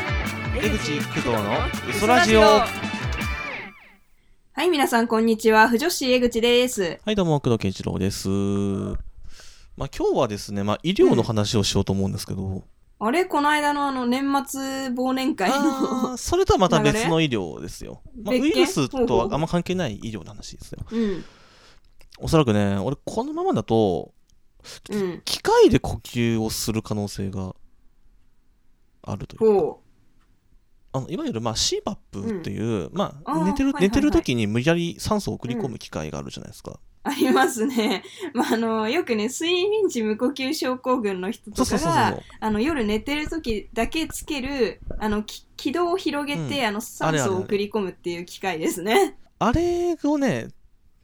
江口工藤のウソラジオははい、皆さん、こんにちは。不女子江口です。いどうも工藤健一郎ですまあ今日はですねまあ医療の話をしようと思うんですけど、あれこの間のあの、年末忘年会の。あーそれとはまた別の医療ですよ、まあ、ウ別件イルスとほうほはうあんま関係ない医療の話ですようん。おそらくね俺このままだと うん。機械で呼吸をする可能性があるというほあのいわゆるまあ CPAP っていう、まああー寝てはるいはいはい寝てる時に無理やり酸素を送り込む機械があるじゃないですか、う。ありますね。まあ、あの、よくね、睡眠時無呼吸症候群の人そとかうそうそうそうが、あの、夜寝てる時だけつける、あの、き気道を広げて、うんあの、あ酸れあれ素を送り込むっていう機械ですね。あれをね、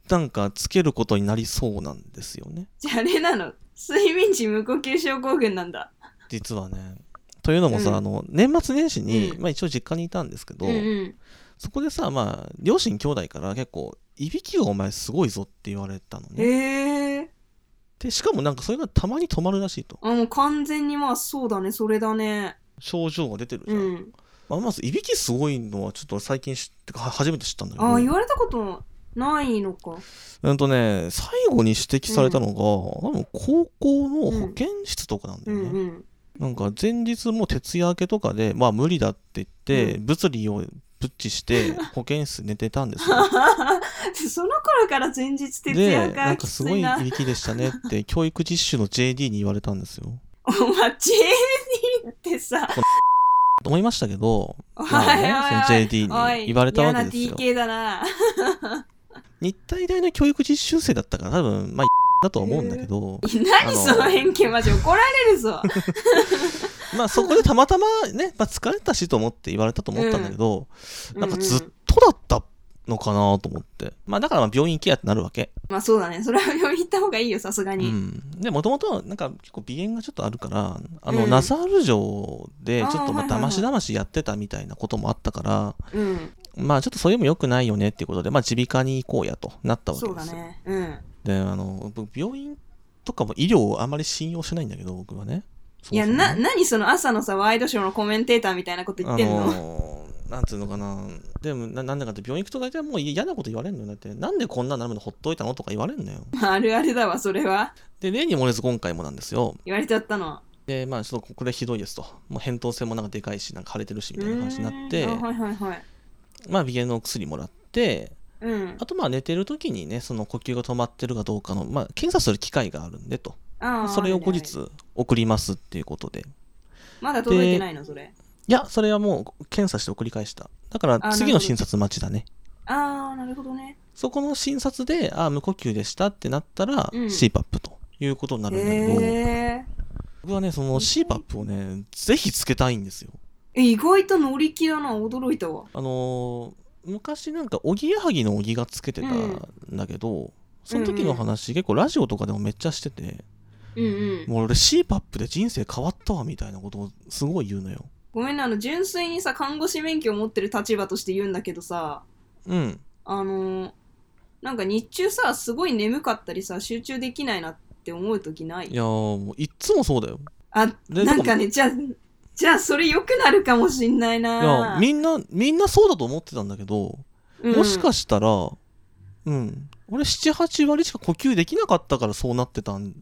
なんかつけることになりそうなんですよね。じゃあ、あれなの。睡眠時無呼吸症候群なんだ。実はね。というのもさ、うんあの年末年始に、うんまあ、一応実家にいたんですけど、うんうん。そこでさ、まあ、両親兄弟から結構、いびきがお前すごいぞって言われたのね。へえ。で、しかもなんかそれがたまに止まるらしいと。あ、もう完全にまあ、そうだね、それだね。症状が出てるじうゃん。ん。まあ、まず、いびきすごいのはちょっと最近知ってか、は初めて知ったんだけああ、言ど、われたことないのか。うんとね、最後に指摘されたのが、多分高校の保健室とかなんだうよね。んうん。 なんか前日も徹夜明けとかで、まあ無理だって言って、う物理をぶっちして保健室で寝てたんですよ。その頃から前日徹で、夜なかんかきすつごいいいな。びきでしたねって教育実習の JD に言われたんですよ。お前 JD ってさ、と思いましたけど、おいまあねそのおい JD おいに言われたわけですよ嫌な TK だな。日体大の教育実習生だったから多分、まあ、だと思うんだけど、何その偏見マジ怒られるぞ。まあそこでたまたまね、まあ疲れたしと思って言われたと思ったんだけど、 なんかずっううとだったのかなと思って。まあだからまあ病院行けやってなるわけ。まあそうだね。それは病院行った方がいいよ、さすがうに。ん、でもともとなんか結構鼻炎がちょっとあるからあの、うんナサール城でちょっとまあーはいはいはあいだましだましやってたみたいなこともあったから、うん。まあちょっとそういうのも良くないよねっていうことでまあ耳鼻科に行こうやとなったわけそうでだすよ、ね。うん。であの僕病院とかも医療をあまり信用しないんだけど僕はねそいもや、そもねな、何その朝のさ、ワイドショーのコメンテーターみたいなこと言ってんあののーなんつうのかなでもななんだかって病院行くと大体もう嫌なこと言われるのよだってなんでこんなのあるのほっといたのとか言われるのよ まああるあるだわ、それは。で例にもれず今回もなんですよ言われちゃったの。でまあちょっとこれひどいですともう扁桃腺もなんかでかいしなんか腫れてるしみたいな話になってうーんあはいはいはい。まあ鼻炎のお薬もらってうんあ。とまあ寝てる時にねその呼吸が止まってるかどうかの、まあ、検査する機会があるんでとあーそれを後。あるね日送りますっていうことでまだ届いてないの、それ。いやそれはもう検査して送り返しただからあなるほ次のど診察待ちだねああ、なるほどね。そこの診察でああ無呼吸でしたってなったら、うん CPAP ということになるんだけど、へえ僕はねその CPAP をねぜひつけたいんですよえ意外と乗り気だな驚いたわあのー昔なんかおぎやはぎのおぎがつけてたんだけど、その時の話、結構ラジオとかでもめっちゃしててうんうんもう俺 CPAP で人生変わったわみたいなことをすごい言うのよごめんねあの純粋にさ看護師免許を持ってる立場として言うんだけどさうんあのーなんか日中さすごい眠かったりさ集中できないなって思う時ないいやーもういっつもそうだよあでなんでかもねじゃあじゃあそれ良くなるかもしんないいやなみんなみんなそうだと思ってたんだけど、もしかししたらうん俺78割しか呼吸できなかったからそうなってたん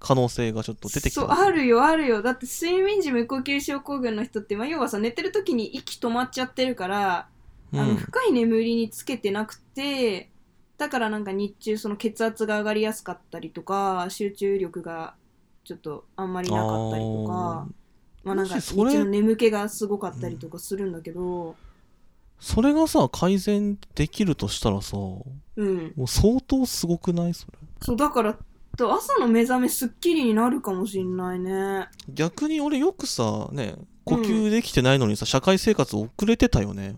可能性がちょっと出てきたそうあるよあるよだって睡眠時無呼吸症候群の人って、まあ、要はさ寝てる時に息止まっちゃってるからうあのん、深い眠りにつけてなくてだからなんか日中その血圧が上がりやすかったりとか集中力がちょっとあんまりなかったりとかーまあなんかもし日それ中の眠気がすごかったりとかするんだけどそれがさ改善できるとしたらさうん、もう相当すごくないそれそうだからと朝の目覚めすっきりになるかもしんないね 逆に俺よくさね呼吸できてないのにさ、社会生活遅れてたよね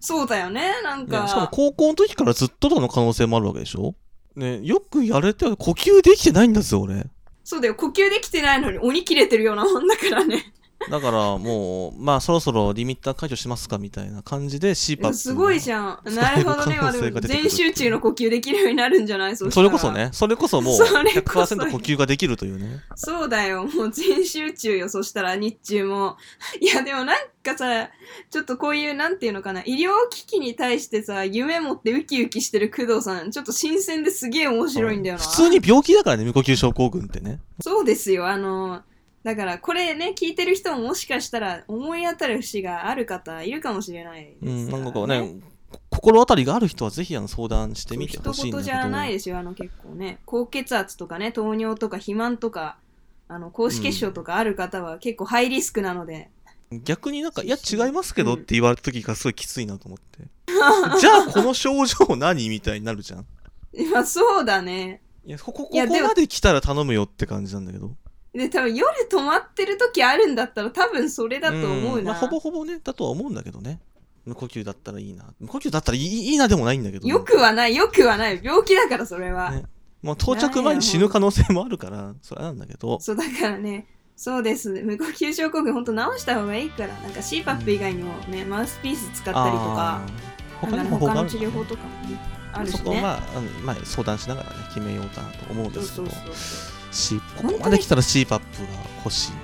そうだよねなんいやしかもか高校の時からずっととの可能性もあるわけでしょねよくやれて呼吸できてないんですよ俺そうだよ呼吸できてないのに鬼切れてるようなもんだからねだからもうまあそろそろリミッター解除しますかみたいな感じで CPAP すごいじゃん。使なえるるほどね。ま可あ能性でがも出てくる全集中の呼吸できるようになるんじゃないそしたそられこそ。ねそれこそも うそれこそよ100%呼吸ができるというねそうだよ。もう全集中よ。そしたら日中も。いやでもなんかさ、ちょっとこういう、なんていうのかな。医療機器に対してさ、夢持ってウキウキしてる工藤さん、ちょっと新鮮ですげえ面白いんだよな。普通に病気だからね無呼吸症候群ってねそうですよ。あの、だからこれね、聞いてる人ももしかしたら思い当たる節がある方いるかもしれないですうから、んなんかこうねこ心当たりがある人はぜひあの相談してみてほし人いんだ事けじどゃないですよあの結構ね高血圧とかね糖尿とか肥満とかあの高脂血症とかある方は結構ハイリスクなので、 逆になんか、いや、違いますけどって言われた時がすごいきついなと 思って。じゃあ、この症状何みたいになるじゃん。まあそうだねいや、ここ、こいやこでもまで来たら頼むよって感じなんだけど。で多分夜泊まってる時あるんだったら多分それだと思うな、んまあ、ほぼほぼね、だとは思うんだけどね。無呼吸だったらいいな。無呼吸だったらいいいいなでもないんだけどね、よくはないよくはない病気だからそれは、ねもう到着前に死ぬ可能性もあるから、それなんだけど。そうだからねそうです無呼吸症候群ほんと直した方がいいからなんか CPAP 以外にもね、マウスピース使ったりとかあーなんか他ねにも方他法があのる治ん療法とかもねあるしねだねそこはまあ、うんまあ、相談しながらね、決めようかなと思うんそでうすけそうどそう、そうシ当こにこまで来たら CPAP が欲しいな。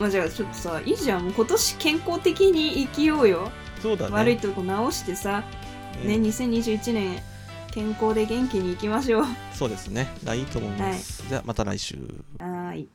まあじゃあちょっとさいいじゃんもう今年健康的に生きようよ、そうだね。悪いとこ直してさ、うんね2021年健康で元気に生きましょう そうですね。がいいと思います。じゃあまた来週。はーい